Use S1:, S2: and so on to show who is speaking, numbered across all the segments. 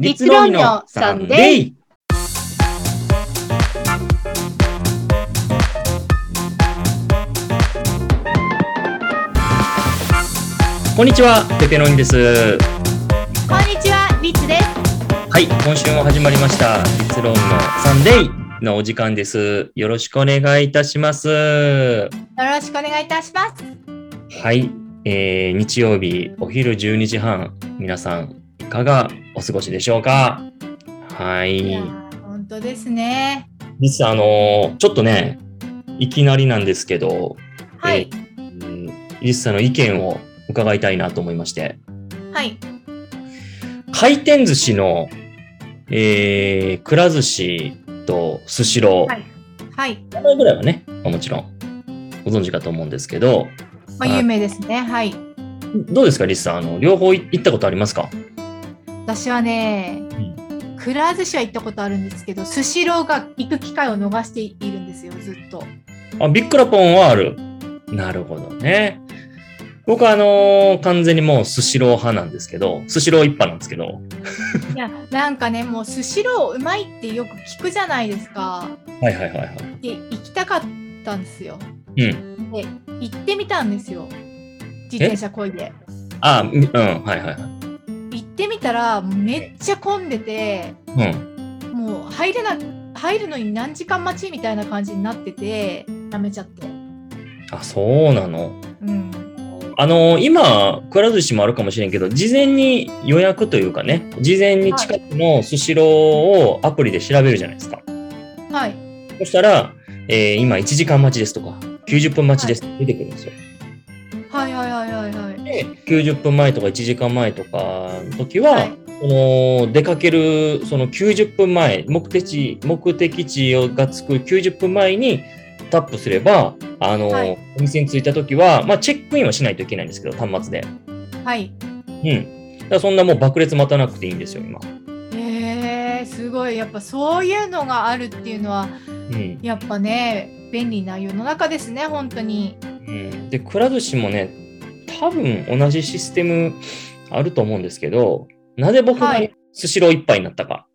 S1: 立論のサンデー。
S2: こんにちは、ペペロニです。
S1: こんにちは、リツです。
S2: はい、今週も始まりました。立論のサンデーのお時間です。よろしくお願いいたします。は
S1: よろしくお願いいたします。
S2: い、えー、日曜日お昼12時半、皆さんいかがお過ごしでしょうかはい。
S1: いやー、本当ですね。
S2: 実はあのーちょっとね、いきなりなんですけど、
S1: はい、
S2: えーうんリスさんの意見を伺いたいなと思いまして、
S1: はい、
S2: 回転寿司の、えー、くら寿司とスシロ
S1: はい
S2: ー、
S1: はい。
S2: 名前ぐらいはね、まあもちろんご存知かと思うんですけど、
S1: まあ、
S2: はい
S1: 有名ですね。はい。
S2: どうですか、リスさん、あの両方い行ったことありますか
S1: 私はね、くら寿司は行ったことあるんですけど、スシローが行く機会を逃しているんですよ、ずっと。
S2: あ、ビックラポンはある。なるほどね。僕はあのー完全にもうスシロー派なんですけど、スシロー一派なんですけど、
S1: いや、なんかね、もうスシローうまいってよく聞くじゃないですか。
S2: はいはいはいはい。
S1: で、行きたかったんですよ。
S2: うん。
S1: で、行ってみたんですよ。自転車こいで。
S2: あ、みうん、はいはい
S1: 行ってみたら、めっちゃ混んでて、
S2: はい。うん。
S1: もう入れな入るのに何時間待ちみたいな感じになっててやめちゃって、
S2: あ、そうなの。
S1: うん、
S2: あの、今、くら寿司もあるかもしれんけど、事前に予約というかね、事前に近くのスシローをアプリで調べるじゃないですか。
S1: はい
S2: そしたら、えー今1時間待ちですとか、90分待ちですって出てくるんですよ。
S1: はいはいはいはいはい
S2: で、90分前とか1時間前とかの時は、
S1: はい
S2: その出かけるその90分前目的地目的地をがつく90分前にタップすればあの、
S1: はい
S2: お店に着いた時は、まあ、チェックインはしないといけないんですけど端末で、
S1: はい
S2: うん、だからそんなもう爆裂待たなくていいんですよ今、
S1: えー、すごいやっぱそういうのがあるっていうのは
S2: うん
S1: やっぱね便利な世の中ですね本当に
S2: うん、でくら寿司もね多分同じシステムあると思うんですけどなぜ僕が
S1: はい
S2: スシロー一杯になったか、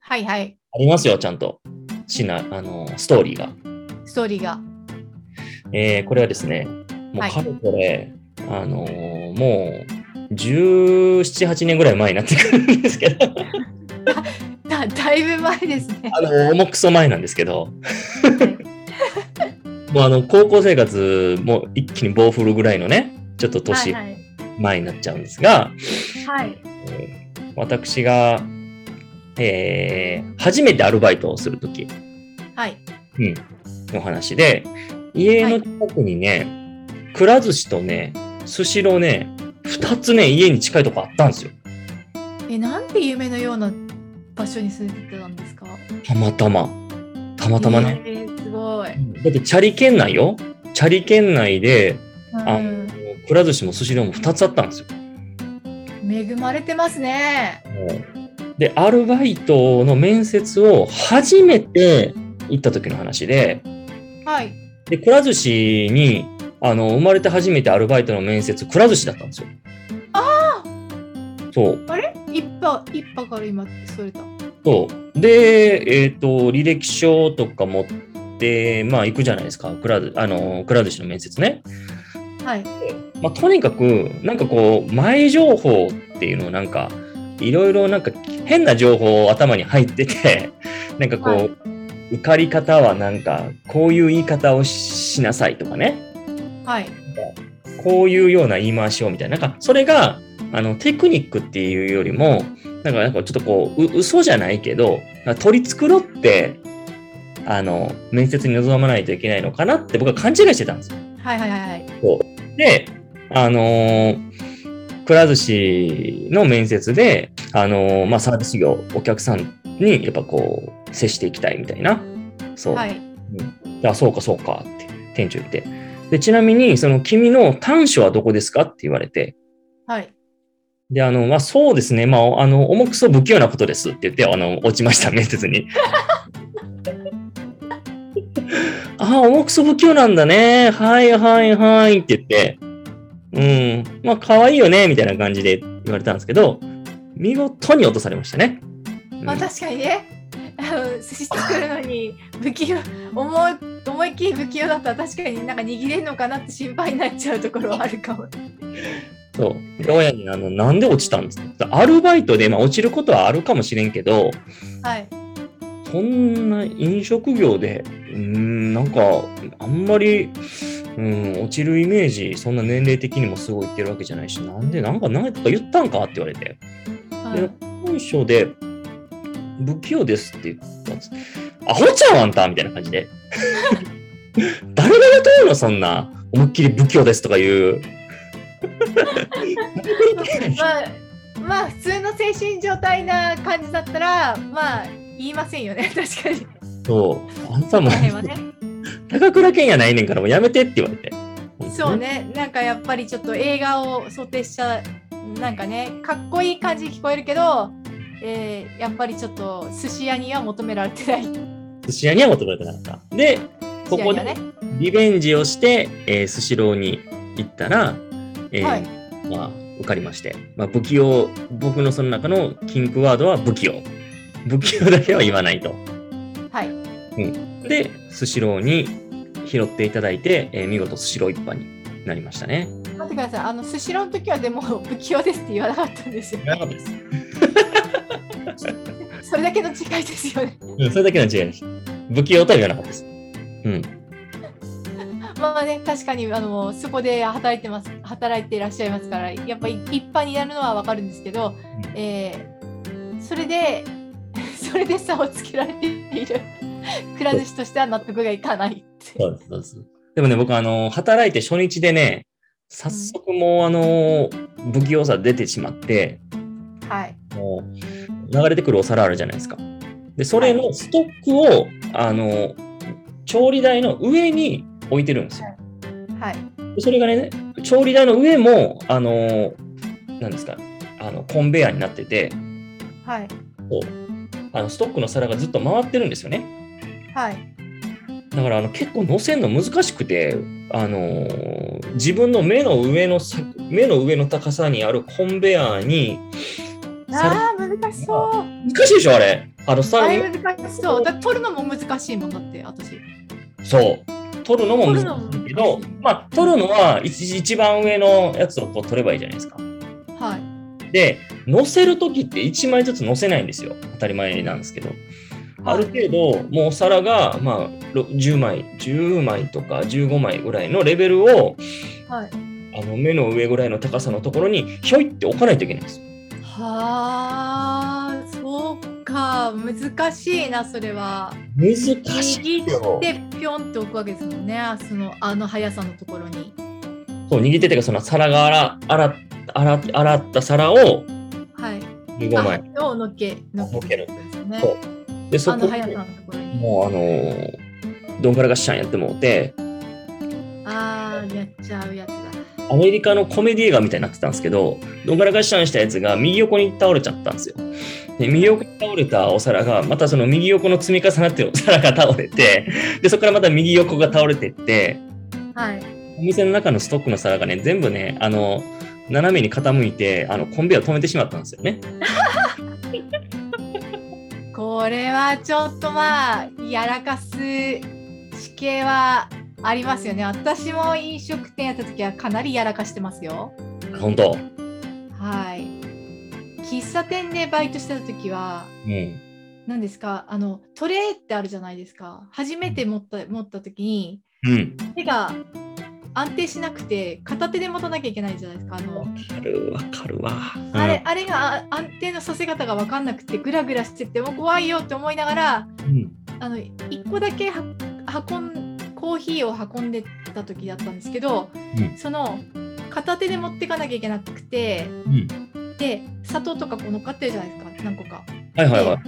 S1: はいはい
S2: ありますよちゃんとしなあのストーリーが。
S1: ストーリーが
S2: えーこれはですね、も
S1: はいう
S2: かれこれ、あのーもう17、8年ぐらい前になってくるんですけど、
S1: だだいぶ前ですね
S2: あの重くそ前なんですけど、もうあの高校生活、もう一気に棒振るぐらいのね、ちょっと
S1: はい
S2: 年
S1: はい
S2: 前になっちゃうんですが、
S1: はい
S2: えー私が、えー初めてアルバイトをするとき
S1: はい
S2: うんの話で、家の近くにね、くら寿司とね、スシローね、2つね、家に近いとこあったんですよ。
S1: えなんて夢のような場所に住んでたんですか
S2: たまたま。たまたまね。
S1: えー、すごい、
S2: だってチャリ圏内よ。チャリ圏内で、あ
S1: うん
S2: くら寿司も寿司でも2つあったんですよ。
S1: 恵まれてますね。
S2: で、アルバイトの面接を初めて行った時の話で、
S1: はい。
S2: で、くら寿司に、あの、生まれて初めてアルバイトの面接、くら寿司だったんですよ。
S1: あ
S2: そう。
S1: あ、あれ一波、一波から今、それた。
S2: そう。で、えっ、と、履歴書とか持って、まあ、行くじゃないですか。くら寿あの、くら寿司の面接ね。
S1: はい。
S2: まあ、とにかくなんかこう前情報っていうのをなんかいろいろなんか変な情報を頭に入ってて なんかこう、
S1: はい
S2: 受かり方はなんかこういう言い方をししなさいとかね
S1: はい。
S2: こういうような言い回しをみたいななんかそれがあのテクニックっていうよりもなんかなんかちょっとこうう嘘じゃないけどなんか取り繕ってあの面接に臨まないといけないのかなって僕は勘違いしてたんですよ
S1: はいはいはいはい。
S2: で、あのーくら寿司の面接で、あのーまあ、サービス業、お客さんにやっぱこう、接していきたいみたいな。そう。
S1: はい。
S2: あ、そうかそうかって店長言って。で、ちなみに、その、君の短所はどこですかって言われて、
S1: はい。
S2: で、あの、まあ、そうですね。まあ、あの、重くそ不器用なことですって言って、あの、落ちました、面接に。 ああ、重くそ不器用なんだね。はいはいはいって言って、うん、まあ、可愛いよね、みたいな感じで言われたんですけど、見事に落とされましたね。うん
S1: まあ確かにね、あの寿司作るのに不器用思い思いっきり不器用だったら確かになんか握れるのかなって心配になっちゃうところはあるかも。
S2: そう。で、親に、あの、なんで落ちたんですかアルバイトで、まあ、落ちることはあるかもしれんけど、
S1: はい。
S2: そんな飲食業で、うーん、なんか、あんまり、うん、落ちるイメージ、そんな年齢的にもすごい言ってるわけじゃないし、なんで、なんか、なんか言ったんかって言われて、
S1: はい
S2: 本書で、不器用ですって言ったんです。アホちゃうあんたみたいな感じで。 誰が雇うのそんな。思いっきり不器用ですとか言う。
S1: まあまあ普通の精神状態な感じだったらまあ言いませんよね確かに。
S2: そう。あんたも
S1: この辺はね。
S2: 高倉健やないねんからもうやめてって言われて。
S1: そう。ねなんかやっぱりちょっと映画を想定したなんかねかっこいい感じに聞こえるけど、えーやっぱりちょっと寿司屋には求められてない寿
S2: 寿司屋には求められてなかった。で、こ
S1: 司屋
S2: こ
S1: にはね
S2: で。リベンジをして、えー、スシローに行ったら、えー
S1: はい
S2: まあ、受かりまして、まあ、不器用、僕のその中のキンクワードは不器用。不器用だけは言わないと。
S1: はい。
S2: で、スシローに拾っていただいて、えー見事スシロー一派になりましたね。
S1: 待ってください。あのスシローの時はでも不器用ですって言わなかったんですよ。
S2: です。
S1: それだけの違いですよね。
S2: うん、それだけの違いです。不器用とは言わなかったです。うん。
S1: まあね、確かにあのそこで働いてます、働いていらっしゃいますから、やっぱり一般にやるのはわかるんですけど、えーそれで それで差をつけられている くら寿司としては納得がいかないって。
S2: そうです、そうです。でもね、僕、あの、働いて初日でね、早速もう、あの、不器用さ出てしまって、
S1: はい。
S2: もう、流れてくるお皿あるじゃないですか。で、それのストックを、あの、調理台の上に置いてるんですよ。
S1: はい。
S2: それがね、調理台の上も、あの、なんですか、あの、コンベヤーになってて、
S1: はい。
S2: こう、あの、ストックの皿がずっと回ってるんですよね。
S1: はい。
S2: だからあの結構乗せんの難しくて、あのー自分の目の上のさ目の上の高さにあるコンベアーに皿
S1: ああ、難しそう。
S2: 難しいでしょあれあの
S1: あ
S2: さ
S1: れ難しそう。だって取るのも難しいもんだって、私。
S2: そう取るのも難しいけど
S1: 取るのも難しい
S2: まあ取るのは一一番上のやつをこう取ればいいじゃないですか
S1: はい。
S2: で乗せる時って1枚ずつ乗せないんですよ当たり前なんですけどある程度もうお皿がまあろ10枚10枚とか15枚ぐらいのレベルを
S1: はい。
S2: あの目の上ぐらいの高さのところにひょいって置かないといけないんですよ。
S1: はあ、そうか、難しいな、それは。
S2: 難しい。
S1: 握ってぴょんって置くわけですもんね、そのあの速さのところに。
S2: そう握っててかその皿が洗洗洗洗った皿を
S1: はい。
S2: 15枚。
S1: あをのっけ、のっけるってことですよね。
S2: そうでそ
S1: あ
S2: こ
S1: の
S2: に
S1: 速さのところに。
S2: もうあのーどんからがっしゃんやってもうて
S1: ああ、やっちゃうやつだ。
S2: アメリカのコメディ映画みたいになってたんですけどどんからがっしゃんしたやつが右横に倒れちゃったんですよ。で右横に倒れたお皿がまたその右横の積み重なってるお皿が倒れてでそこからまた右横が倒れてって。
S1: はい。
S2: お店の中のストックの皿がね、全部ね、あの、斜めに傾いて、あの、コンベを止めてしまったんですよね。
S1: これはちょっとまあ、やらかす地形はありますよね。私も飲食店やった時はかなりやらかしてますよ。
S2: 本当
S1: はい。喫茶店でバイトしてた時は、
S2: うん。
S1: 何ですか、あの、トレーってあるじゃないですか。初めて持った、持った時に、
S2: うん。
S1: 手が安定しなくて、片手で持たなきゃいけないじゃないですか。あ
S2: わ
S1: の、
S2: かる、わかるわ。うん
S1: あれ、あれがあ安定のさせ方が分かんなくて、グラグラしてて、もう怖いよって思いながら、
S2: うん。
S1: あの、一個だけは運ん、コーヒーを運んでた時だったんですけど、
S2: うん
S1: その、片手で持ってかなきゃいけなくて、
S2: うん。
S1: で、砂糖とかこう乗っかってるじゃないですか、何個か。
S2: はいはいはい。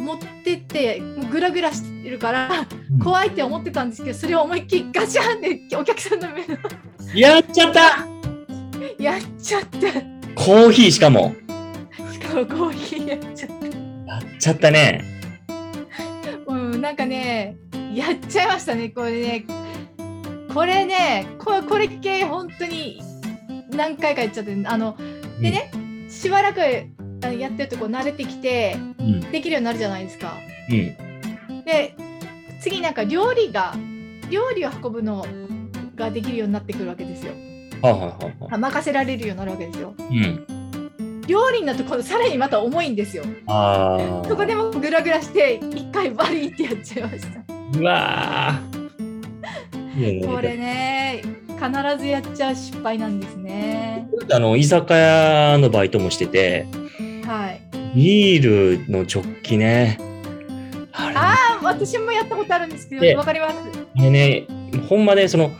S1: 持ってってもうグラグラしてるから
S2: うん
S1: 怖いって思ってたんですけどそれを思いっきりガシャンでお客さんの目の
S2: やっちゃった
S1: やっちゃって
S2: コーヒーしかも。
S1: しかもコーヒーやっちゃっ
S2: やっちゃったね。
S1: たうんなんかねやっちゃいましたねこれねこれねここれ系本当に何回かやっちゃってあのでねしばらくあやってるとこう慣れてきて
S2: うん。
S1: できるようになるじゃないですか。
S2: うん。
S1: で次なんか料理が料理を運ぶのができるようになってくるわけですよ。
S2: はいはいはいは
S1: あ任せられるようになるわけですよ。
S2: い。うん。
S1: 料理になると今度さらにまた重いんですよ。
S2: ああ。
S1: そこでもグラグラして一回バリーってやっちゃいました。
S2: うわあ。いや
S1: これ
S2: ね、
S1: ね必ずやっちゃう失敗なんですね。
S2: あの居酒屋のバイトもしてて、
S1: はい。
S2: ビールのジョッキね。あ
S1: あ私もやったことあるんですけ
S2: で
S1: どわかります。
S2: れでね、ほんまね、その、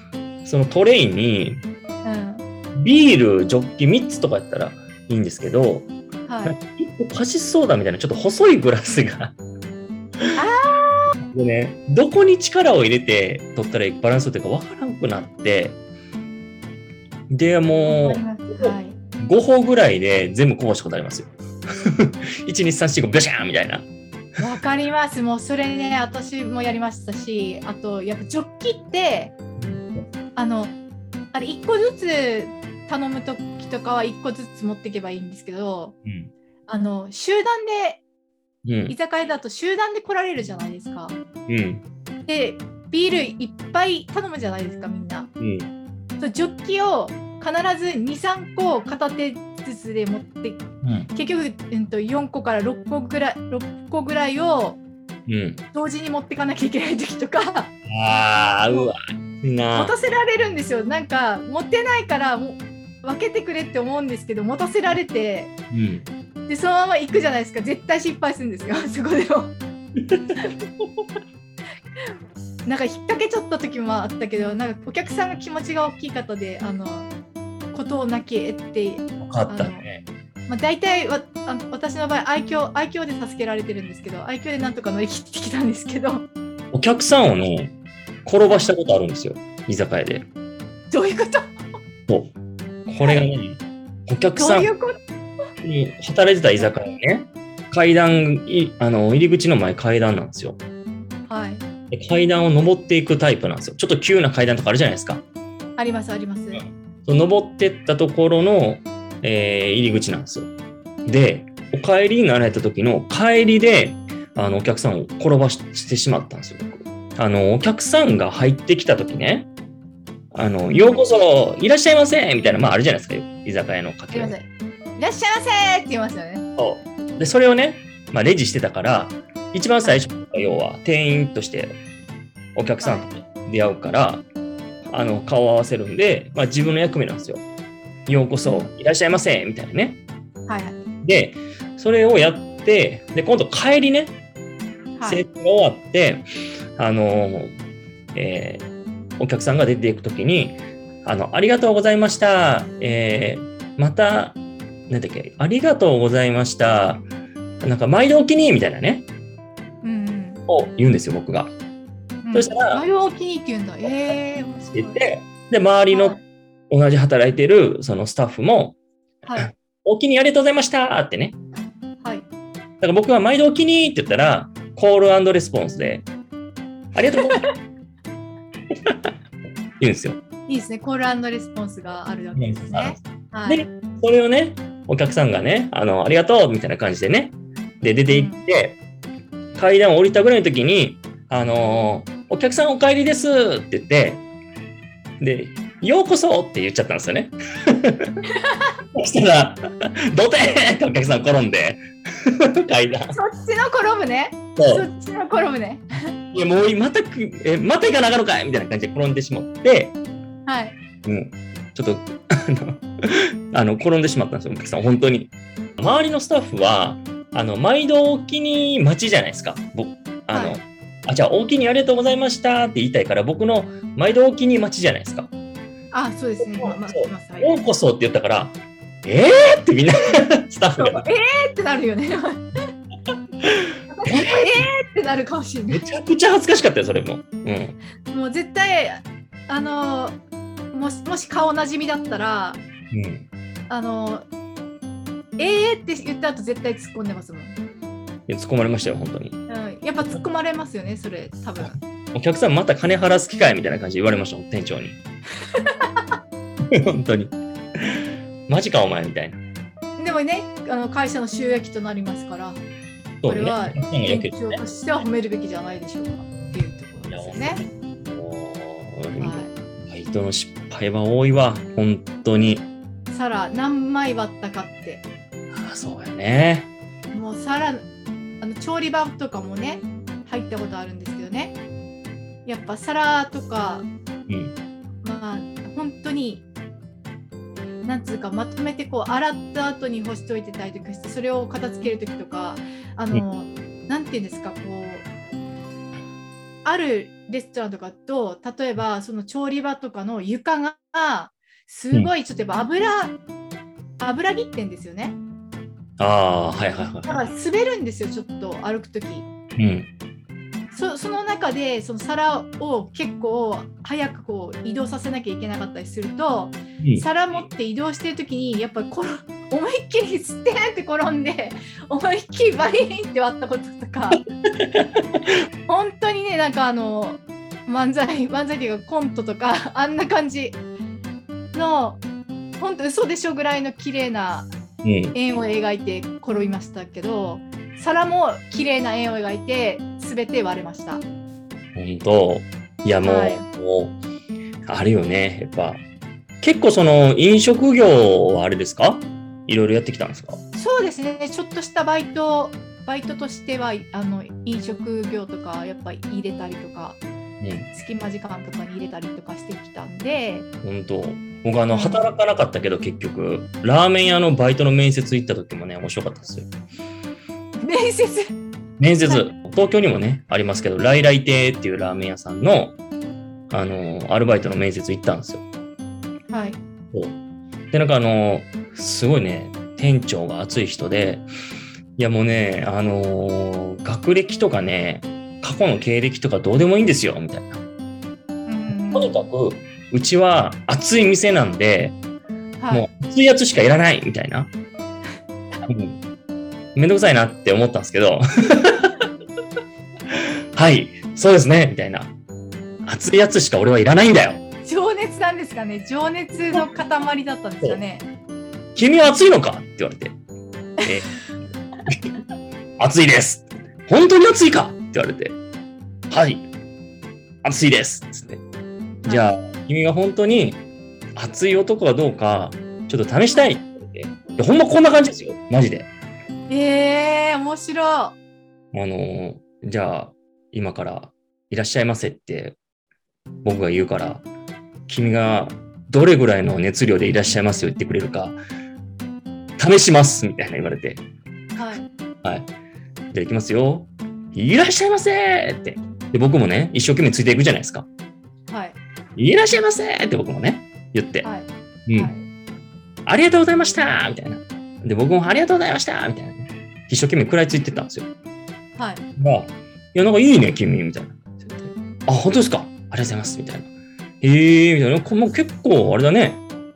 S2: そのトレイに、
S1: うん。
S2: ビールジョッキ3つとかやったらいいんですけど、
S1: は
S2: ないん。か1個パシソーダみたいな、ちょっと細いグラスが。でね、どこに力を入れて取ったらバランスというか分からんくなって、で、も
S1: わ
S2: う
S1: かり、ます。はい。
S2: 5歩ぐらいで全部こぼしたことありますよ。1,2,3,4,5ビシャーンみたいな。
S1: わかります。もうそれね、私もやりましたし、あとやっぱジョッキって、あの、あれ1個ずつ頼む時とかは1個ずつ持っていけばいいんですけど、
S2: うん。
S1: あの集団で
S2: う
S1: 居
S2: ん。
S1: 酒屋だと集団で来られるじゃないですか。
S2: うん。
S1: で、ビールいっぱい頼むじゃないですか、みんな。
S2: うん。
S1: そうジョッキを必ず2、3個片手ずつで持って、
S2: うん。
S1: 結局、うん、と4個から6個ぐらい、6個ぐらいを
S2: うん。
S1: 同時に持ってかなきゃいけない時とか。
S2: あー、うわ、いい
S1: 持
S2: な。
S1: たせられるんですよなんか持ってないからもう分けてくれって思うんですけど持たせられて
S2: うん。
S1: でそのまま行くじゃないですか絶対失敗するんですよ そこでもなんか引っ掛けちゃった時もあったけどなんかお客さんが気持ちが大きい方であのことをなき得って、
S2: よかったね。
S1: まあ、大体わあの私の場合愛嬌愛嬌で助けられてるんですけど愛嬌でなんとか乗り切ってきたんですけど
S2: お客さんをね、転ばしたことあるんですよ。居酒屋で。
S1: どういうこと
S2: そう。これがね、お客
S1: ど
S2: さ
S1: うんいうこと
S2: に働いてた居酒屋のね、階段、いあの、入り口の前階段なんですよ。
S1: はい
S2: で階段を登っていくタイプなんですよ。ちょっと急な階段とかあるじゃないですか。
S1: ありますあります。
S2: その登ってったところの、えー入り口なんですよ。で、お帰りになられた時の帰りで、あの、お客さんを転ばしてしまったんですよ、僕あの、お客さんが入ってきた時ね、あの、ようこそ、いらっしゃいませみたいな、まあ、あるじゃないですか、居酒屋の掛
S1: す
S2: け
S1: い
S2: 合
S1: ま
S2: い
S1: せん。いらっしゃいませーって言いますよね。
S2: そうで、それをね、まあ、レジしてたから、一番最初、要は、店員として、お客さんと出会うから、あの、顔を合わせるんで、まあ、自分の役目なんですよ。ようこそ、いらっしゃいませ、みたいなね。
S1: はいはい。
S2: で、それをやって、で、今度帰りね、
S1: は
S2: 制
S1: い、
S2: 服が終わって、あのえーお客さんが出ていくときにあの、ありがとうございました。えーまた、なんだっけ、ありがとうございました。なんか、毎度お気に、みたいなね、
S1: うんうん。
S2: を言うんですよ、僕が。
S1: うん
S2: そしたら
S1: 迷うお気に入りって言うんだ。ええー、面白い。
S2: 言って、で、周りの同じ働いてるそのスタッフも、
S1: はい。はい。
S2: お気に入りありがとうございましたってね。
S1: はい、
S2: だから僕が毎度お気に入りって言ったら、コールレスポンスで、ありがとうございます。 言うんですよ。
S1: いいですね。コールレスポンスがあるわけですね。はい。
S2: で、それをね、お客さんがね、あの、ありがとうみたいな感じでね、で、出て行って、階段を降りたぐらいの時に、あのーお客さんお帰りですって言って、で、ようこそって言っちゃったんですよね。そしたら、ドテーンってお客さん転んで、階段。
S1: そっちの転ぶね。
S2: そ
S1: そうっちの転ぶね。
S2: いや、もうまたく、え、また行かなあかんのかいみたいな感じで転んでしまって、
S1: はい。
S2: うん、ちょっとあのあの 転んでしまったんですよ、お客さん、本当に。周りのスタッフは、あの毎度お気に待ちじゃないですか。僕あの
S1: はい
S2: あじゃあ、お気にありがとうございましたって言いたいから、僕の毎度お気に待ちじゃないですか。
S1: あ、そうですね。
S2: そう
S1: まあ、まあ
S2: そう
S1: まあはい
S2: ようこそって言ったから、えーってみんなスタッフが
S1: ええー、ってなるよね。ええーってなるかもしれな
S2: めちゃくちゃ恥ずかしかったよ、それも。うん、
S1: い。もう絶対、あの、もしもし顔なじみだったら、
S2: うん
S1: あの、ええー、って言った後絶対突っ込んでますもん。
S2: いや突っ込まれましたよ、本当に。
S1: うんやっぱ突っ込まれますよね、それ、多分。
S2: お客さんまた金払す機会みたいな感じで言われましたもん店長 に本当にマジかお前みたいな
S1: でも、もねあの会社の収益となりますから
S2: そう
S1: これ
S2: ね。
S1: は
S2: 皆さんが良
S1: 現
S2: ければ
S1: 状
S2: ね
S1: としては褒めるべきじゃないでしょうかっていうところですよね。
S2: もう
S1: は
S2: バイトの失敗は多いわ、本当に。
S1: い、皿何枚割ったかって
S2: ああ、そうやね。
S1: もう皿あの調理場とかもね入ったことあるんですけどねやっぱ皿とか
S2: うん。
S1: まあ本当になんつうかまとめてこう洗った後に干しといてたりとかしてそれを片付ける時とかあの、なんていうんですかこうあるレストランとかと例えばその調理場とかの床がすごいちょっとやっぱ油、油ぎってんですよね
S2: ああ、はいはい
S1: だ
S2: は
S1: から滑るんですよちょっと歩く時
S2: い。うん。
S1: そその中でその皿を結構早くこう移動させなきゃいけなかったりすると
S2: うん
S1: 皿持って移動してる時にやっぱり転 思いっきりステーンって転んで思いっきりバリーンって割ったこととか本当にねなんかあの漫才漫才っていうかコントとかあんな感じの本当嘘でしょぐらいの綺麗な
S2: うん。
S1: 円を描いて転びましたけど皿も綺麗な円を描いて全て割れました。
S2: 本当いやもう、
S1: はい
S2: もう、あるよね、やっぱ。結構その飲食業はあれですかいろいろやってきたんですか
S1: そうですね、ちょっとしたバイト、バイトとしては、あの飲食業とか、やっぱり入れたりとか、
S2: うん。
S1: 隙間時間とかに入れたりとかしてきたんで、
S2: 本当僕あの、働かなかったけど結局、ラーメン屋のバイトの面接行った時もね、面白かったですよ。
S1: 面接、
S2: 面接、
S1: は
S2: 東京にもね、ありますけど、来来亭っていうラーメン屋さんの、あの、アルバイトの面接行ったんですよ。
S1: はい、
S2: で、なんかあの、すごいね、店長が熱い人で、いやもうね、あのー学歴とかね、過去の経歴とかどうでもいいんですよ、みたいな。
S1: うん
S2: とにかく、うちは熱い店なんで、
S1: は
S2: も
S1: い、
S2: う熱いやつしかいらない、みたいな。うんめんどくさいなって思ったんですけど、 はい、そうですね、みたいな。熱いやつしか俺はいらないんだよ。
S1: 情熱なんですかね、情熱の塊だったんですかね。
S2: 君は暑いのかって言われて。え 暑いです。本当に暑いかって言われて。はい。暑いです。つってじゃあ、君が本当に暑い男かどうか、ちょっと試したいって言われて。いやほんまこんな感じですよ。マジで。
S1: えー、面白
S2: あのーじゃあ、今からいらっしゃいませって僕が言うから、君がどれぐらいの熱量でいらっしゃいますよ言ってくれるか、試しますみたいな言われて。
S1: い。はい、
S2: はい。じゃあ行きますよ。いらっしゃいませーって。で、僕もね、一生懸命ついていくじゃないですか。
S1: はい、
S2: いらっしゃいませーって僕もね、言って。
S1: はい、
S2: うん、
S1: はい
S2: ありがとうございましたーみたいな。で、僕もありがとうございましたーみたいなね。一生懸命食らいついてったんですよ。
S1: はい、
S2: まあ、いや、なんかいいね、君、みたいな。あ、本当ですかありがとうございます、みたいな。へえー、みたいな。こもう結構、あれだね。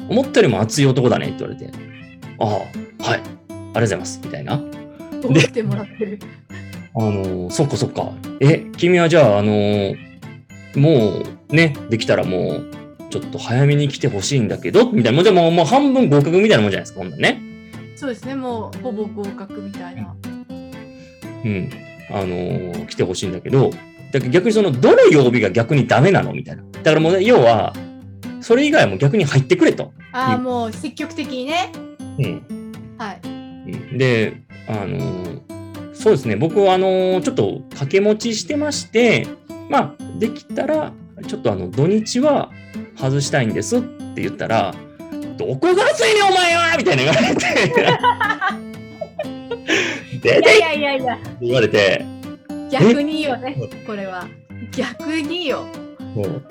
S2: 思ったよりも熱い男だねって言われて。ああ、はい。ありがとうございます、みたいな。
S1: 思ってもらってる。
S2: あのーそっかそっか。え、君はじゃあ、あのーもうね、できたらもう、ちょっと早めに来てほしいんだけど、みたいな。もうじゃあもうもう半分合格みたいなもんじゃないですか、ほんならね。
S1: そうですね、もうほぼ合格みたいな。
S2: うん。あのー来てほしいんだけど、だから逆にその、どの曜日が逆にダメなのみたいな。だからもうね、要は、それ以外も逆に入ってくれと。
S1: ああ、もう積極的にね。
S2: うん。
S1: はい、
S2: で、あのーそうですね、僕はあのーちょっと掛け持ちしてまして、まあ、できたら、ちょっとあの土日は外したいんですって言ったら、どこが熱いねんお前はみたいな言われ て、出
S1: いや
S2: てっ
S1: いやいやいや。
S2: て言われて、
S1: 逆にいいよねこれは逆によ
S2: もう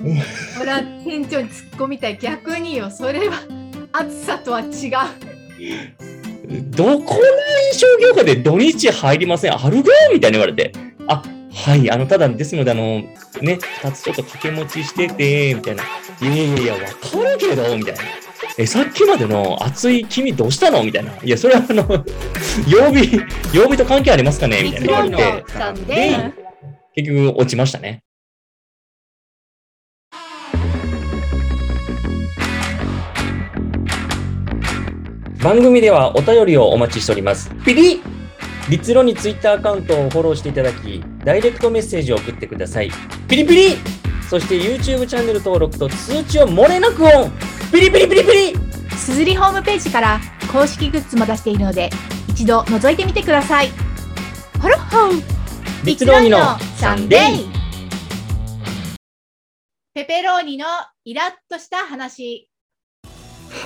S1: これは店長に突っ込みたい逆によそれは暑さとは違う
S2: どこの飲食業界で土日入りませんあるがみたいに言われて、あはい、あの、ただですので、あの、ね、2つちょっと掛け持ちしてて、みたいな。いやいやいや、わかるけど、みたいな。え、さっきまでの熱い君どうしたのみたいな。いや、それはあの、曜日、曜日と関係ありますかねみたいな言われて、
S1: さん
S2: で結局落ちましたね。番組ではお便りをお待ちしております。ピリ立論にツイッターアカウントをフォローしていただき、ダイレクトメッセージを送ってください。ピリピリそして YouTube チャンネル登録と通知を漏れなくオンピリピリピリピリ
S1: すずりホームページから公式グッズも出しているので一度覗いてみてくださいハロッホー
S2: 立論にのサンデー
S1: ペペローニのイラッとした話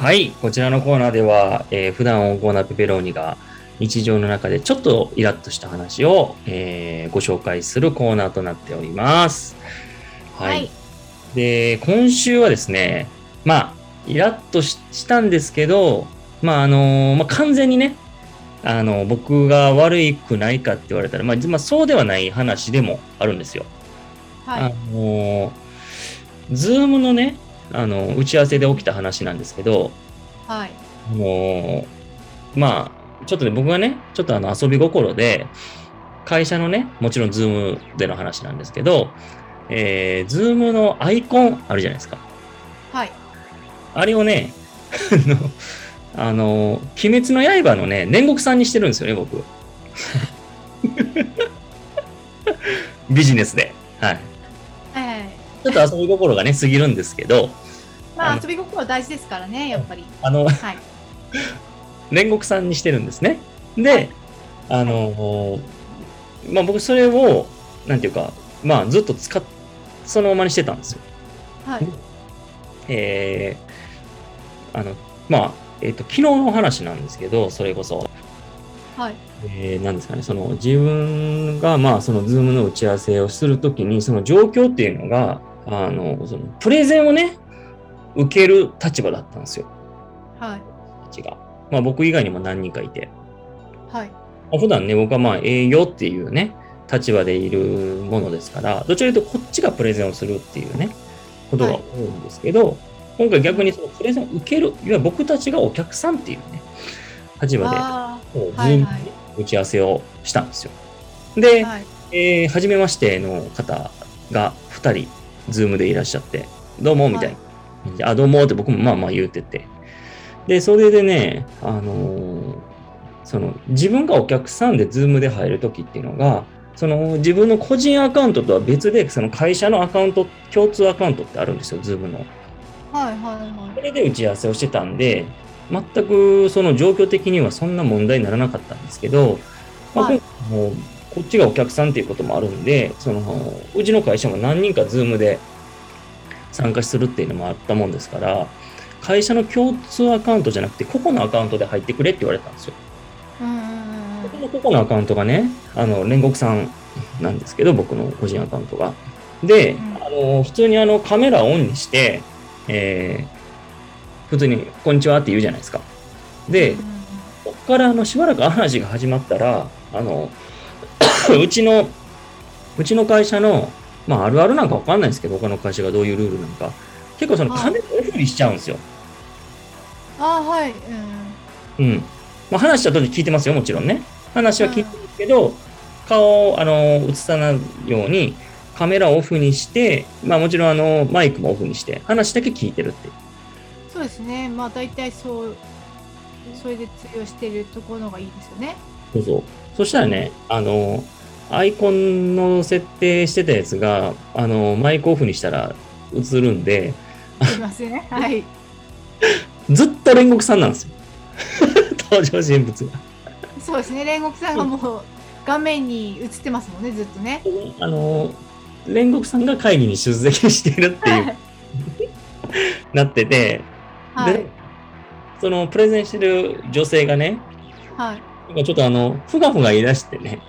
S2: はい、こちらのコーナーでは、えー普段温厚なペペローニが日常の中でちょっとイラッとした話を、えーご紹介するコーナーとなっております。はい。で、今週はですね、まあ、イラッとししたんですけど、まあ、あの、まあ、完全にね、あの、僕が悪いくないかって言われたら、まあ、じまあ、そうではない話でもあるんですよ。
S1: はい、
S2: あの、ズームのね、あの、打ち合わせで起きた話なんですけど、
S1: はい、
S2: あのーまあ、ちょっとね、僕がね、ちょっとあの遊び心で、会社のね、もちろんズームでの話なんですけど、えー、ズームのアイコンあるじゃないですか。
S1: はい、
S2: あれをね、 あの、あの鬼滅の刃のね、煉獄さんにしてるんですよね、僕。 ビジネスで。はい。
S1: はいはいはい
S2: ちょっと遊び心がね、過ぎるんですけど、あ
S1: まあ
S2: の
S1: 遊び心は大事ですからねやっぱり
S2: あの、
S1: はい
S2: 煉獄さんにしてるんですね。で、あの、まあ僕それを、なんていうか、まあずっと使っ、そのままにしてたんですよ。
S1: はい
S2: えー、あの、まあ、えっ、と、昨日の話なんですけど、それこそ、
S1: はい
S2: えー、なんですかね、その自分が、まあ、そのズームの打ち合わせをするときに、その状況っていうのが、あの、そのプレゼンをね、受ける立場だったんですよ、
S1: はい
S2: たちが。まあ僕以外にも何人かいて。
S1: はい
S2: まあ普段ね、僕はまあ営業っていうね、立場でいるものですから、どちらかというとこっちがプレゼンをするっていうね、ことが多いんですけど、今回逆にそのプレゼンを受ける、いわゆる僕たちがお客さんっていうね、立場で、
S1: あ
S2: こう、
S1: はい
S2: Zoom
S1: はい
S2: で打ち合わせをしたんですよ。
S1: ー
S2: で、
S1: はい
S2: えー初めましての方が2人、ズームでいらっしゃって、どうも、みたいな。あ、どうもって僕もまあまあ言うてて。で、それでね、あのーその、自分がお客さんでズームで入るときっていうのが、その、自分の個人アカウントとは別で、その会社のアカウント、共通アカウントってあるんですよ、ズームの。
S1: はいはい
S2: それで打ち合わせをしてたんで、全くその状況的にはそんな問題にならなかったんですけど、まあ、
S1: はい
S2: 今回もうこっちがお客さんっていうこともあるんで、そのうちの会社も何人かズームで参加するっていうのもあったもんですから、会社の共通アカウントじゃなくて、個々のアカウントで入ってくれって言われたんですよ。
S1: うんうんうんうん
S2: 僕の個々のアカウントがね、あの煉獄さんなんですけど、僕の個人アカウントが。で、
S1: うん
S2: あの普通にあのカメラオンにして、えー普通に「こんにちは」って言うじゃないですか。で
S1: うんうん
S2: こっからあのしばらく話が始まったらあの うちのうちの会社の、まあ、あるあるなんかわかんないですけど他の会社がどういうルールなのか結構その
S1: はい
S2: カメラオフにしちゃうんですよ。
S1: あーはいうん
S2: うんまあ、話は当然聞いてますよもちろんね。話は聞いてるけど、顔をあの映さないようにカメラをオフにして、まあ、もちろんあのマイクもオフにして話だけ聞いてるっていう
S1: そうですね。まあ大体そう、それで通用してるところのがいいですよね。
S2: そうそう。そしたらね、あの、アイコンの設定してたやつが、あの、マイクオフにしたら映るんで、
S1: いま すよね。はい。
S2: ずっと煉獄さんなんですよ。 登場人物が。
S1: そうですね。煉獄さんがもう画面に映ってますもんね、ずっとね。
S2: あの、煉獄さんが会議に出席してるっていう、なってて、
S1: は
S2: で
S1: い。、
S2: そのプレゼンしてる女性がね、
S1: はい。
S2: なんかちょっとあの、ふがふが言い出して ね。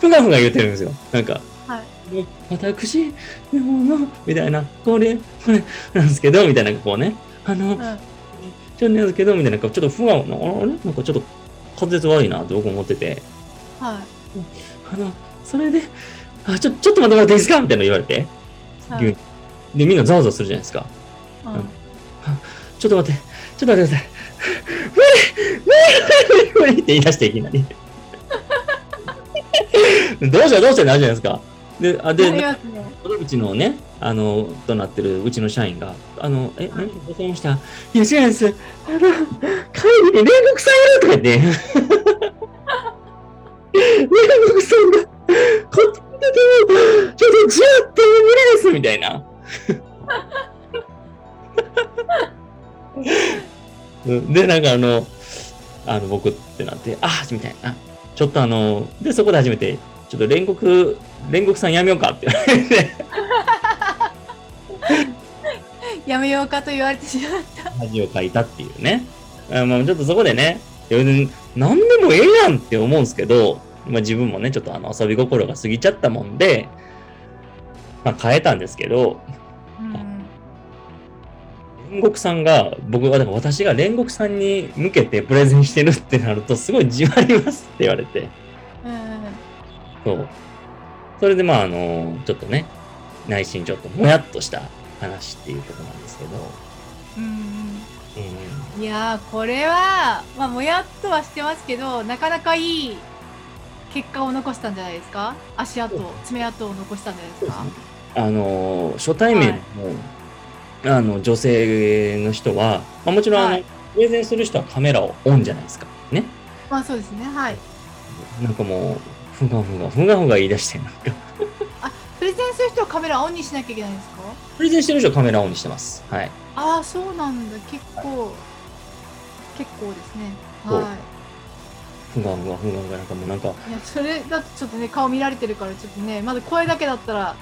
S2: ふがふが言ってるんですよ。なんか。
S1: は
S2: で私、でもの、みたいな、これ、これ、なんですけど、みたいな、こうね。あの、
S1: うん。
S2: ちょ
S1: は
S2: っとなんですけど、みたいな、こうちょっとふが、あれなんかちょっと滑舌悪いなって僕思ってて。
S1: い。
S2: あの、それで、あ、ちょ、ちょっと待ってもらっていいですかみたいなの言われて。
S1: はい。
S2: 急にで、みんなざわざわするじゃないですか。
S1: うん
S2: ちょっと待って、ちょっと待ってください。無 理無理無理無理無理って言い出していきなり。どうしたどうしたってなるじゃないですか。で、あ、
S1: あ
S2: で、
S1: りますね。
S2: 窓口のね、あの、となってるうちの社員が、あの、え、何かございましたいや、違うんです。あの、会議に煉獄さん やるとか言って。煉獄さんが、こっち見てて、ちょっとじゃって無理ですみたいな。 うんで、なんかあの、あの、僕ってなって、あ、みたいな。ちょっとあの、で、そこで初めて、ちょっと煉獄、煉獄さんやめようかって言われて。
S1: やめようかと言われてしまう。
S2: 恥をかいたっていうね。あまあちょっとそこでね、いやうん何でもええやんって思うんですけど、まあ、自分もね、ちょっとあの遊び心が過ぎちゃったもんで、まあ、変えたんですけど、
S1: うん
S2: 煉獄さんが、僕は、だから私が煉獄さんに向けてプレゼンしてるってなると、すごいじわりますって言われて、
S1: うん
S2: そう。それで、まあ、あの、ちょっとね、内心ちょっともやっとした話っていうことなんですけど、
S1: うん
S2: うん、
S1: いやーこれは、まあ、もやっとはしてますけどなかなかいい結果を残したんじゃないですか足跡
S2: そう
S1: 爪痕を残したんじゃないですか
S2: あの初対面の,、あの女性の人は、まあ、もちろんあの、
S1: はい
S2: プレゼンする人はカメラをオンじゃないですかね
S1: まあそうですねはい
S2: なんかもうふがふがふがふが言い出してなんか
S1: プレゼンする人はカメラオンにしなきゃいけないんですか
S2: プレゼンしてる人はカメラオンにしてますはい
S1: ああそうなんだ結構結構ですね
S2: そう
S1: は
S2: ふがふがふがふがなんかもうなんか
S1: いいやそれだとちょっとね顔見られてるからちょっとねまだ声だけだったら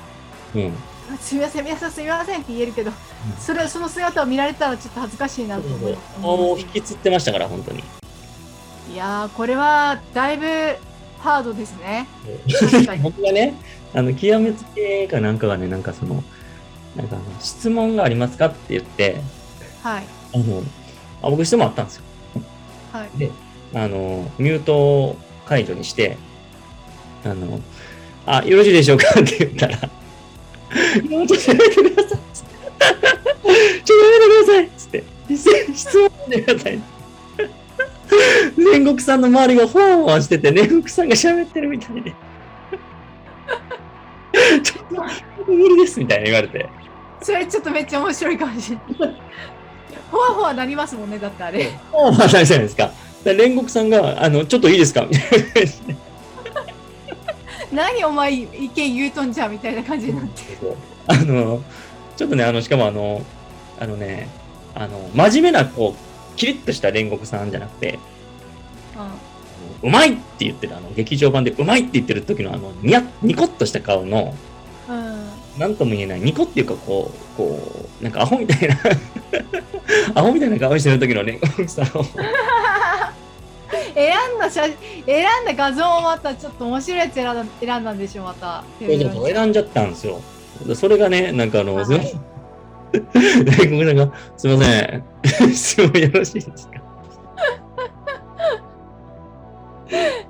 S2: うん
S1: 「すみません皆さんすみません」って言えるけどそれその姿を見られたらちょっと恥ずかしいなと思います
S2: 顔を引きつってましたから本当に
S1: いやーこれはだいぶハードです ね。確かに
S2: 僕がねあの極めつけかなんかがねなんかそのなんかあの質問がありますかって言って
S1: はい
S2: あのあ僕質問あったんですよ
S1: はい。
S2: あの、ミュートを解除にして、あの、あ、よろしいでしょうか って言ったら、もうちょっとやめてくださいっつって。ちょっとやめてくださいっつって。実質問してください。煉獄さんの周りがホワホワしてて、煉獄さんが喋ってるみたいで。ちょっと、ちょっと無理ですみたいな言われて。
S1: それちょっとめっちゃ面白いかもしれない。ほわほわなりますもんねだってあれ。
S2: ホワホワされてたじゃないですか。で煉獄さんが、あの、ちょっといいですかみたいな感じで
S1: 何お前意見言うとんじゃんみたいな感じになって。
S2: あの、ちょっとね、あの、しかもあの、あのね、あの、真面目な、こう、キリッとした煉獄さんじゃなくて、
S1: う
S2: うまいって言ってる、あの、劇場版でうまいって言ってる時の、あの、にや、ニコッとした顔の、
S1: ん。うん。
S2: なんとも言えない、ニコっていうか、こう、こう、なんかアホみたいな、 アホみたいな顔してる時の煉獄さんを、
S1: 選んだ写選んだ画像もまたちょっと面白いやつ選んだ選んだんでしょまた。
S2: 選んじゃったんですよ。それがね、なんかあの、
S1: はい
S2: すい ません。煉獄さんが、すいません、 質問よろしいですか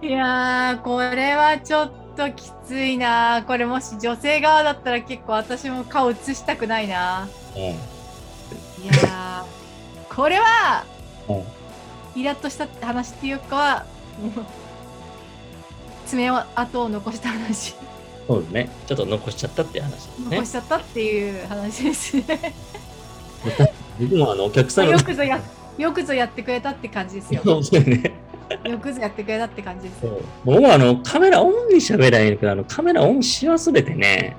S1: いやーこれはちょっときついな。これもし女性側だったら結構私も顔映したくないな。
S2: うん
S1: いやーこれは、
S2: うん
S1: イラッとしたって話っていうかはもう爪痕を残した話
S2: そうですね。ちょっと残しちゃったっていう話ですね
S1: 残。しちゃったっていう話で すね
S2: 僕もあのお客さんの
S1: よくぞやよくぞやってくれたって感じですよ
S2: そうですね。
S1: よくぞやってくれたって感じです
S2: そう僕もあのカメラオンに喋らへんけど、あのカメラオンし忘れてね、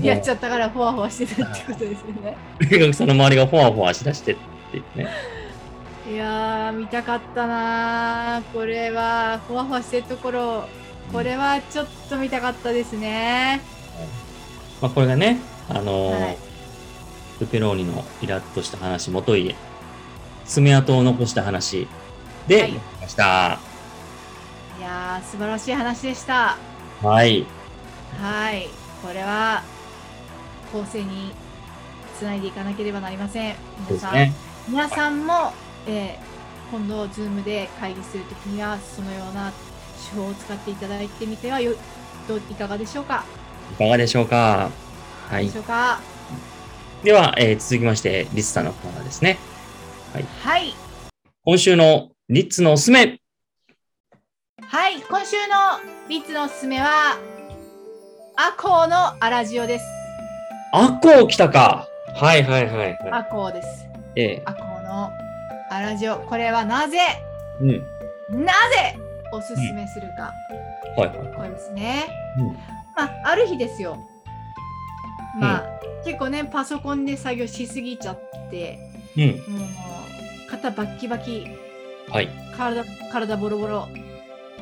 S1: いやっちゃったからほわほわしてたってことですよね
S2: お客さんの周りがフォワフォワしだしてっていうね。
S1: いやー見たかったなーこれはほわほわしてるところこれはちょっと見たかったですね
S2: まあこれがね、あのー
S1: はい
S2: ペペローニのイラッとした話もといえ、爪痕を残した話で、
S1: はい
S2: やりました。
S1: いやー素晴らしい話でした
S2: はい。
S1: はい、これは構成につないでいかなければなりません。
S2: そうで
S1: 皆
S2: す
S1: さん、
S2: ね。
S1: 皆さんも、えー今度、ズームで会議するときには、そのような手法を使っていただいてみてはよどういかがでしょうか。
S2: いかがでしょうか。は
S1: で
S2: い
S1: し。ょうか
S2: では、えー続きまして、リスさんのコーナーですね。
S1: はい、
S2: 今週のリッツのおすすめ。
S1: はい、今週のリッツのおすすめは、アコーのアラジオです。
S2: アコー来たか。はいはいはい、は
S1: アコーです。
S2: い。ええ。
S1: アコーのアラジオ。これはなぜ、
S2: うん。
S1: なぜおすすめするか。
S2: はいはい。
S1: これですね。
S2: うん
S1: まあ、ある日ですよ。まあ、結構ね、パソコンで作業しすぎちゃって、
S2: うん。
S1: もう肩バッキバキ、
S2: はい。
S1: 体体ボロボロ、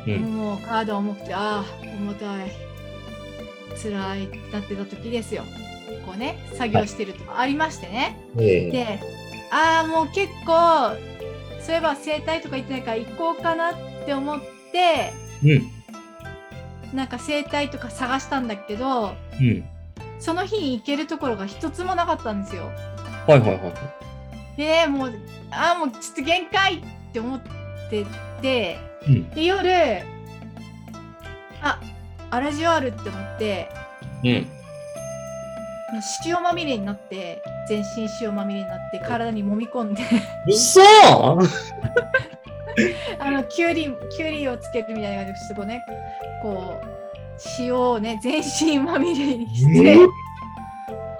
S2: うん。
S1: もう体重くて、ああ、重たい、辛いってなってた時ですよ。こうね、作業してるとかありましてね。
S2: ええ。
S1: で、ああ、もう結構、そういえば整体とか行ってないから行こうかなって思って、
S2: うん。
S1: なんか整体とか探したんだけど、
S2: うん。
S1: その日に行けるところが一つもなかったんですよ。
S2: はいはいはい。
S1: でもうあーもうちょっと限界って思ってて
S2: うん。
S1: で夜あアラジオあるって思って
S2: うん。
S1: もう塩まみれになって全身塩まみれになって体に揉み込んで
S2: うそ
S1: あのきゅうりきゅうりをつけるみたいな感じでそこねこう塩をね全身まみれにして、
S2: ちょ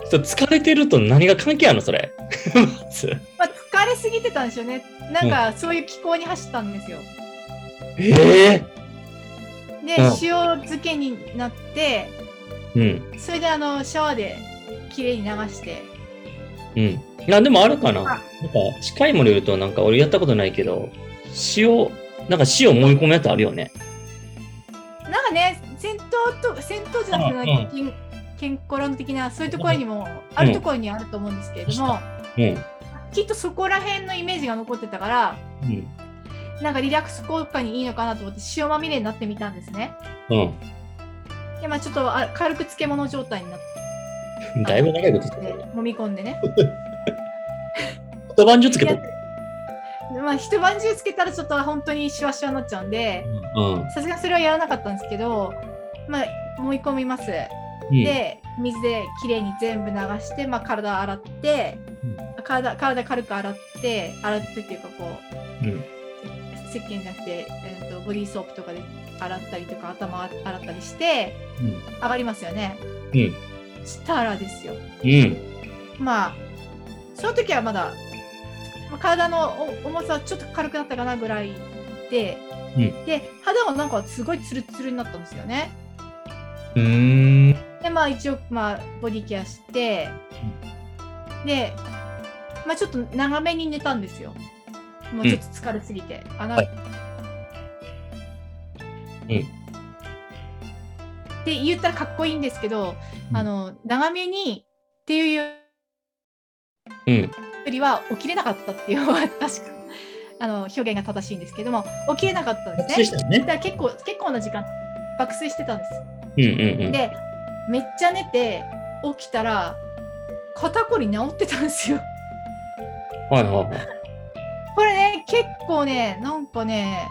S2: っと疲れてると何が関係あるのそれ。 まず
S1: まあ、疲れすぎてたんですよねなんかそういう気候に走ったんですよ。
S2: ええ。
S1: で
S2: うん
S1: 塩漬けになって
S2: うん。
S1: それであのシャワーで綺麗に流して
S2: うん。いや、でもあるかな。なんか、近いものよると、なんか俺やったことないけど、塩、なんか塩揉み込むやつあるよね。
S1: なんかね戦闘と戦闘じゃなくて
S2: うんうん
S1: けん健康論的なそういうところにもあるところにあると思うんですけれども、
S2: うん。
S1: きっとそこら辺のイメージが残ってたから
S2: うん。
S1: なんかリラックス効果にいいのかなと思って塩まみれになってみたんですね
S2: う
S1: でまあちょっとあ軽く漬物状態になって
S2: ん。だいぶ長いこと言ってる。
S1: 揉み込んでね
S2: 一晩中つけとく。
S1: まあ一晩中漬けたらちょっと本当にシワシワになっちゃうんで
S2: うん。
S1: さすがにそれはやらなかったんですけどまあ揉み込みます
S2: うん。
S1: で水できれいに全部流して、まあ、体洗って、体体軽く洗って洗ってっていうかこ
S2: うん。
S1: う石鹸じゃなくて、えー、とボディーソープとかで洗ったりとか頭洗ったりして上がりますよね
S2: うん。
S1: したらですよ
S2: うん。
S1: まあその時はまだまあ体のお重さはちょっと軽くなったかなぐらいで、
S2: うん
S1: で肌もなんかすごいツルツルになったんですよね
S2: うーん。
S1: でまあ一応、まあ、ボディケアして、で、まあ、ちょっと長めに寝たんですよもうちょっと疲れすぎて、あな
S2: はいうん
S1: って言ったらかっこいいんですけど、
S2: うん
S1: あの長めにっていうよ
S2: うん。
S1: りは起きれなかったっていうのは 確かあの表現が正しいんですけども起きれなかったんですね
S2: したよ
S1: だ
S2: ね。
S1: から結構結構な時間爆睡してたんです
S2: うんうんうん。
S1: でめっちゃ寝て起きたら肩こり治ってたんですよ。
S2: はいはいはい。
S1: これね結構ねなんかね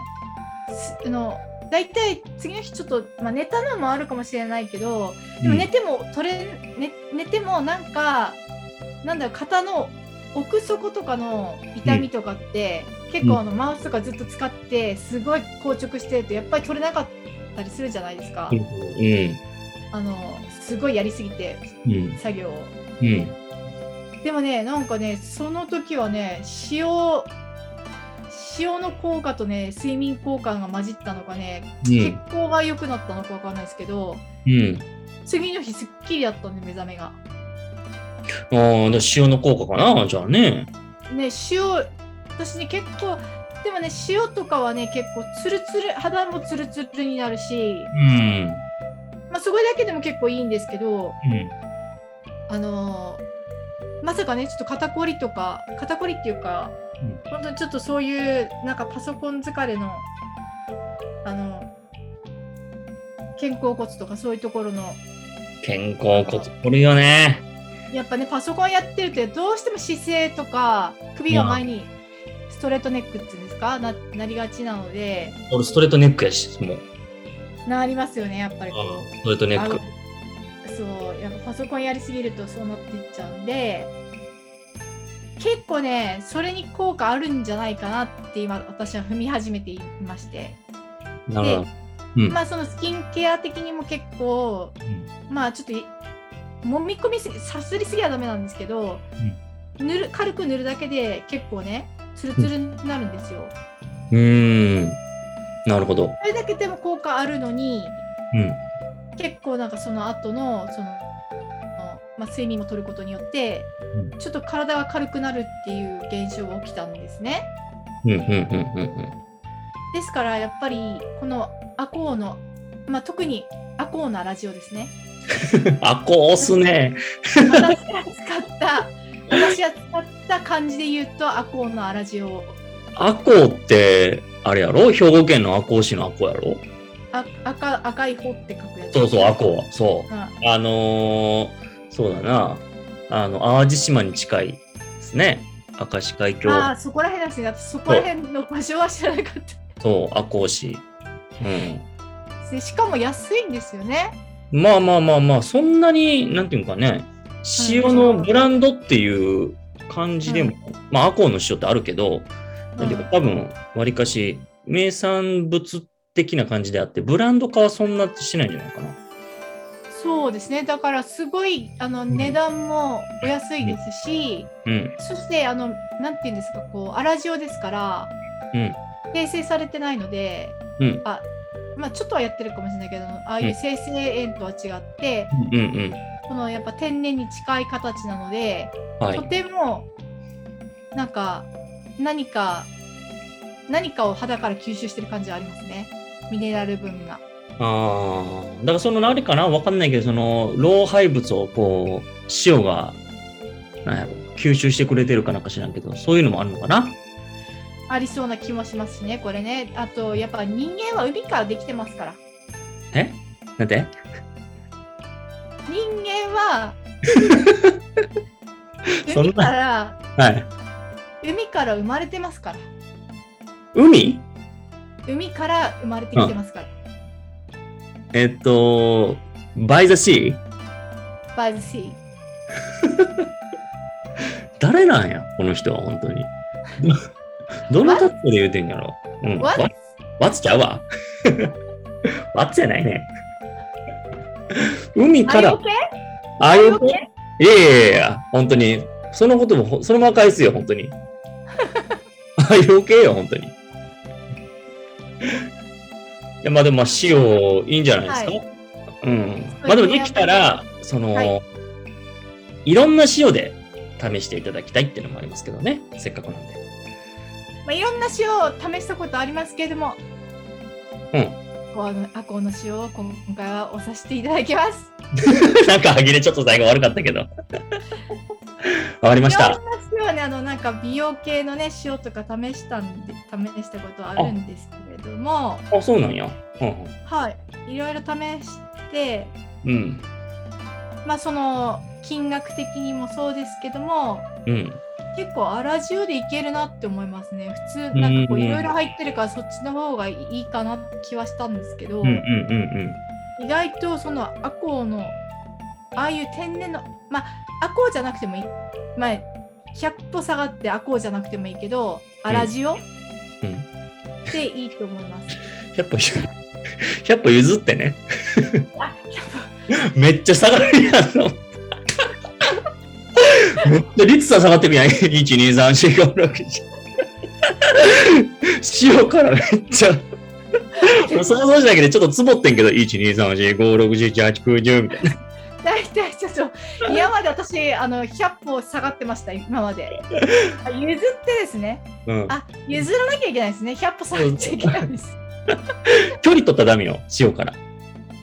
S1: すあの大体次の日ちょっと、まあ、寝たのもあるかもしれないけどでも寝ても取れ、ね、寝てもなんかなんだろう肩の奥底とかの痛みとかって、結構あのマウスとかずっと使ってすごい硬直してるとやっぱり取れなかったりするじゃないですか、
S2: う
S1: あのすごいやりすぎて
S2: ん。うん。
S1: 作業を。
S2: うん。
S1: でもね、なんかね、その時はね、塩、塩の効果とね、睡眠効果が混じったのかね、血行が良くなったのかわかんないですけど、
S2: うん。
S1: 次の日すっきりだったんで、目覚めが。
S2: うん。ああ、で塩の効果かなじゃあね。
S1: ね、塩、私ね、結構、でもね、塩とかはね、結構ツルツル、肌もツルツルになるし、
S2: うん。
S1: まあ、そこだけでも結構いいんですけど、
S2: うん。
S1: あのーまさかねちょっと肩こりとか肩こりっていうか、
S2: う
S1: 本当にちょっとそういうなんかパソコン疲れのあの肩甲骨とかそういうところの
S2: 健康骨これよね。
S1: やっぱねパソコンやってるとどうしても姿勢とか首が前にストレートネックっていうんですかななりがちなので
S2: 俺ストレートネックやし、もう。
S1: なりますよねやっぱりこう。
S2: ストレートネック。
S1: あのそうやっぱパソコンやりすぎるとそうなっていっちゃうんで結構ねそれに効果あるんじゃないかなって今私は踏み始めていまして、
S2: なるほど。うん
S1: まあそのスキンケア的にも結構、
S2: うん
S1: まあちょっとい揉み込みすぎさすりすぎはダメなんですけど、塗る軽く塗るだけで結構ねツルツルになるんですよ。
S2: うーん。なるほど。
S1: それだけでも効果あるのに
S2: うん。
S1: 結構なんかその後のその、まあ、睡眠も取ることによって
S2: う
S1: ちょっと体が軽くなるっていう現象が起きたんですね。
S2: うん、うん、うん、うんうん。
S1: ですからやっぱりこのアコーの、まあ、特にアコーなラジオですね。
S2: あ、こう押すね。
S1: 私が使 った私が使った感じで言うとアコーのアラジオ
S2: あこうって、あれやろ兵庫県の赤穂市のあこうやろ
S1: あ赤赤い方って書くやつ
S2: そうそう、あこう。そう。
S1: うん
S2: あのーそうだな、あの、淡路島に近いですね。明石海峡、
S1: ああそこら辺なんですね私そこら辺の場所は知らなかっ
S2: そう、赤穂市。う
S1: たですねしかも安いんですよね
S2: ん。まあまあまあまあ、そんなに、なんていうかね、塩のブランドっていう感じでも、まあ、赤穂の塩ってあるけど、なんていうか、多分、わりかし、名産物的な感じであって、ブランド化はそんなしてないんじゃないかな。
S1: そうですねだからすごいあの
S2: ん
S1: 値段もお安いですし、
S2: うん、
S1: そしてあのなんていうんですかこうアラジオですから
S2: うん、
S1: 訂正されてないので、
S2: うん
S1: あまあちょっとはやってるかもしれないけどああいう生成塩とは違って、
S2: うん、うん。
S1: このやっぱ天然に近い形なので、
S2: はい
S1: と。てもなんか何か何かを肌から吸収してる感じはありますねミネラル分が
S2: ああ、だからその、あれかなわかんないけど、その、老廃物をこう、塩が、なんやろ、吸収してくれてるかなんか知らんけど、そういうのもあるのかな
S1: ありそうな気もしますしねこれねあとやっぱ人間は海からできてますから
S2: えなんで
S1: 人間は
S2: そんな
S1: 海から
S2: はい。
S1: 海から生まれてますから
S2: 海
S1: 海から生まれてきてますから、
S2: えっと、バイザシー
S1: バイズシー
S2: 誰なんやこの人は、本当 に。どのタップで言うてんやろうん。わ
S1: What?
S2: わつちゃうわ。 わつじゃないね。海か
S1: Are you
S2: ら
S1: okay?、
S2: ああ
S1: Are
S2: い
S1: you
S2: う
S1: okay?
S2: いやいやいや、本当に。そのこともほ、そのまま返すよ、本当に。 あ、余計よ、本当に。いや、まあでも、まあ、塩、いいんじゃないですか。
S1: は
S2: うん。まあでも、できたら、その、い、ろんな塩で試していただきたいっていうのもありますけどね。せっかくなんで。
S1: まあ、いろんな塩を試したことありますけれども、
S2: うん
S1: こうあのアコウの塩を今回はおさせていただきます。
S2: なんか、歯切れちょっと最後悪か ったけど。わかりまし
S1: い
S2: た
S1: ろ。んな塩ね、あのなんか美容系のね塩とか試したんで試したことあるんですけれども、
S2: あ、そうなんや。うん
S1: はい、いろいろ試して、
S2: うん。うん。
S1: まあその金額的にもそうですけども、
S2: うん。
S1: 結構アラジオでいけるなって思いますね。普通なんかこ
S2: う
S1: うんいろいろ入ってるからそっちの方がいいかなって気はしたんですけど。
S2: うんうんうん
S1: 意外とそのアコウのああいう天然のまあアコウじゃなくてもいいまあ100歩下がってアコウじゃなくてもいいけどアラジ
S2: う
S1: オ
S2: ん。うん。
S1: でいいと思 います。
S2: 100歩譲100歩譲ってね
S1: あ
S2: めっちゃ下がるやんのめっちゃ率差下がってみない1234567塩からめっちゃ俺想像しただけでちょっとつぼってんけど12345678910みたいな
S1: 大体ちょっと今まで私あの100歩下がってました今ま で。あ譲ってですね
S2: うん
S1: あ譲らなきゃいけないですね100歩下がっちゃいけないんです。
S2: 距離取ったらダメよ塩から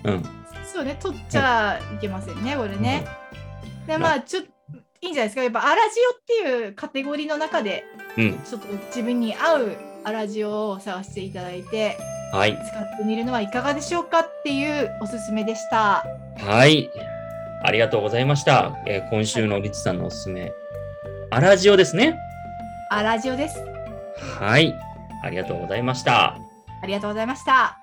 S2: うん
S1: そうね取っちゃいけませんねこれね。でまあちょっといいんじゃないですかやっぱアラジオっていうカテゴリーの中で
S2: うん
S1: ちょっと自分に合うアラジオを探していただいて
S2: はい
S1: 使ってみるのはいかがでしょうかっていうおすすめでした。
S2: はいありがとうございました、えー今週の律さんのおすすめアラジオですね
S1: アラジオです。
S2: はい。ありがとうございました。
S1: ありがとうございました。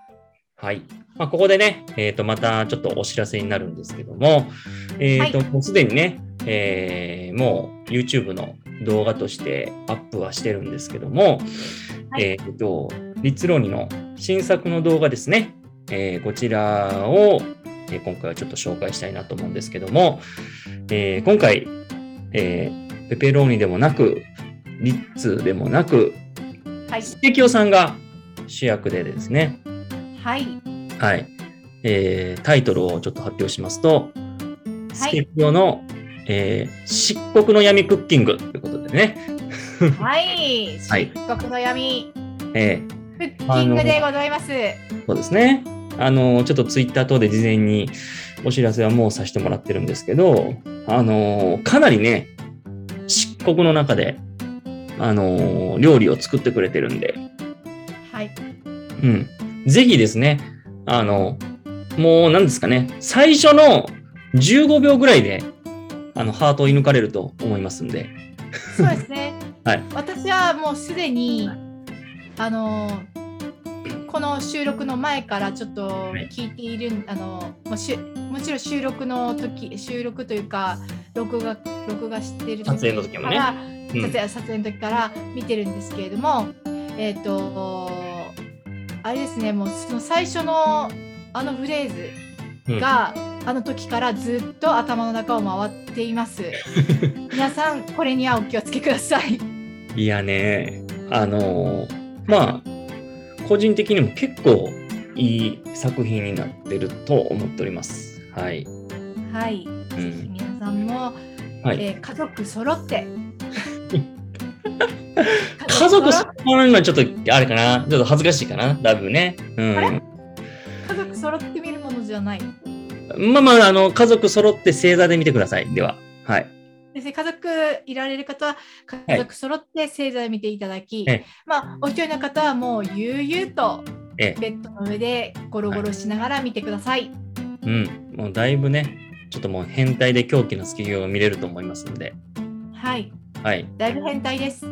S2: はい。まあ、ここでね、えっ、と、またちょっとお知らせになるんですけども、えっ、と、もうすでにね、えーもう YouTube の動画としてアップはしてるんですけども、
S1: はい
S2: えっ、と、リッツローニの新作の動画ですね、えーこちらを、えー今回はちょっと紹介したいなと思うんですけども、えー今回、えーペペローニでもなく、リッツでもなく、
S1: はい。
S2: ケキオさんが主役でですね、
S1: はい。
S2: はい。えータイトルをちょっと発表しますと、スケピオの、えー漆黒の闇クッキングということでね、
S1: はい。
S2: はい
S1: 漆黒の闇、
S2: え
S1: クッキングでございます。
S2: ーそうですね。あの、ちょっとツイッター等で事前にお知らせはもうさせてもらってるんですけど、あの、かなりね、漆黒の中で、あの、料理を作ってくれてるんで、
S1: はい。
S2: うん。ぜひですね、あの、もう何ですかね、最初の15秒ぐらいで、あの、ハートを射抜かれると思いますんで。。
S1: そうですね
S2: はい
S1: 私はもうすでに、あのーこの収録の前からちょっと
S2: い
S1: 聞いている、あのーもうしゅもちろん収録の時収録というか録画録画してる
S2: 撮影の時もね
S1: から
S2: うん
S1: 撮影撮影の時から見てるんですけれども、えっ、とあれですねもうその最初のあのフレーズ
S2: うん
S1: が、あの時からずっと頭の中を回ってい ます。皆さんこれにはお気をつけください。
S2: いやね、あの、まあ、個人的にも結構いい作品になってると思っております。はい。
S1: はい、ぜひ皆さんも、
S2: はい
S1: えー家族揃って。
S2: 家族
S1: 揃
S2: そ
S1: っ
S2: ののはちょっと、あれかな、ちょっと恥ずかしいかな、だいぶね。うん。
S1: あれ家族揃って見るものじゃない。
S2: まあまあ、あの、家族揃って正座で見てください。では。はい。
S1: ですね、家族いられる方は家族揃って星座を見ていただき、
S2: ええ
S1: まあ、お一人の方はもう悠々と
S2: ええ
S1: ベッドの上でゴロゴロしながら見てください。
S2: うん、もうだいぶね、ちょっともう変態で狂気のスケキヨが見れると思いますんで、
S1: はい、
S2: はい。
S1: だいぶ変態です。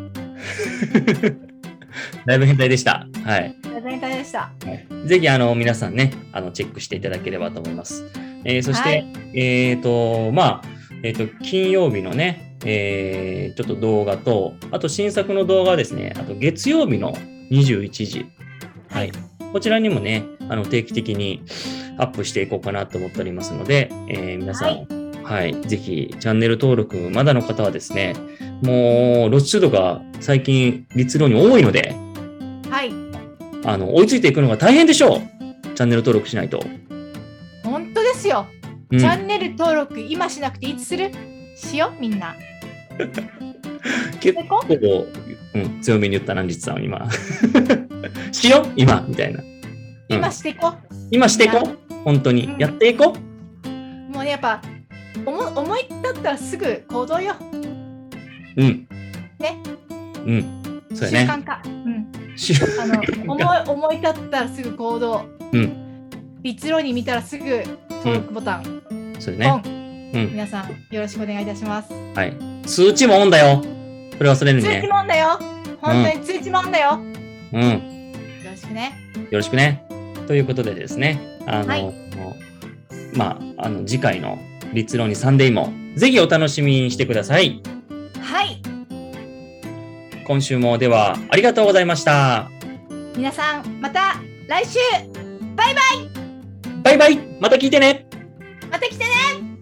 S2: だいぶ変態でした。はい。
S1: だいぶ変態でした。
S2: ぜひ、あの、皆さんね、あの、チェックしていただければと思います。えーそして、
S1: はい
S2: えっ、と、まあ、えっ、と、金曜日のね、えーちょっと動画と、あと新作の動画はですね、あと月曜日の21時、はい。こちらにもね、あの、定期的にアップしていこうかなと思っておりますので、えー皆さん、はい、ぜひ、チャンネル登録、まだの方はですね、もう、露出度が最近、立露に多いので、
S1: はい、
S2: あの、追いついていくのが大変でしょうチャンネル登録しないと。
S1: 本当ですよ。
S2: うん
S1: チャンネル登録今しなくていつするしようみんな。
S2: 結構、うん、強めに言ったな、実さん、今。しよう今 みたいな。うん
S1: 今していこ
S2: 今していこう本当に
S1: う。ん
S2: やっていこ
S1: う。もうねやっぱ思思い立ったらすぐ行動よ。
S2: ううん。
S1: ね。
S2: うん。そう
S1: 習
S2: やね。
S1: 慣化。うん。
S2: しよ
S1: あの思い思い立ったらすぐ行動。
S2: うん。
S1: 立論に見たらすぐ登録ボタン、
S2: う。そうや
S1: オ
S2: ね。
S1: ン。
S2: うん。
S1: 皆さんよろしくお願いいたします。
S2: はい。通知もオンだよ。それ忘れる
S1: 通知
S2: ね。
S1: もんだよ。本当に通知もんだよ。
S2: うん。よ
S1: よろしくね。
S2: ろしくね。ということでですね。あの、
S1: はい
S2: もうまあ、あの、次回の立論にサンデーも、ぜひお楽しみにしてください。
S1: はい。
S2: 今週もでは、ありがとうございました。
S1: 皆さんまた来週
S2: バイバイまた聞いてね
S1: また来てね。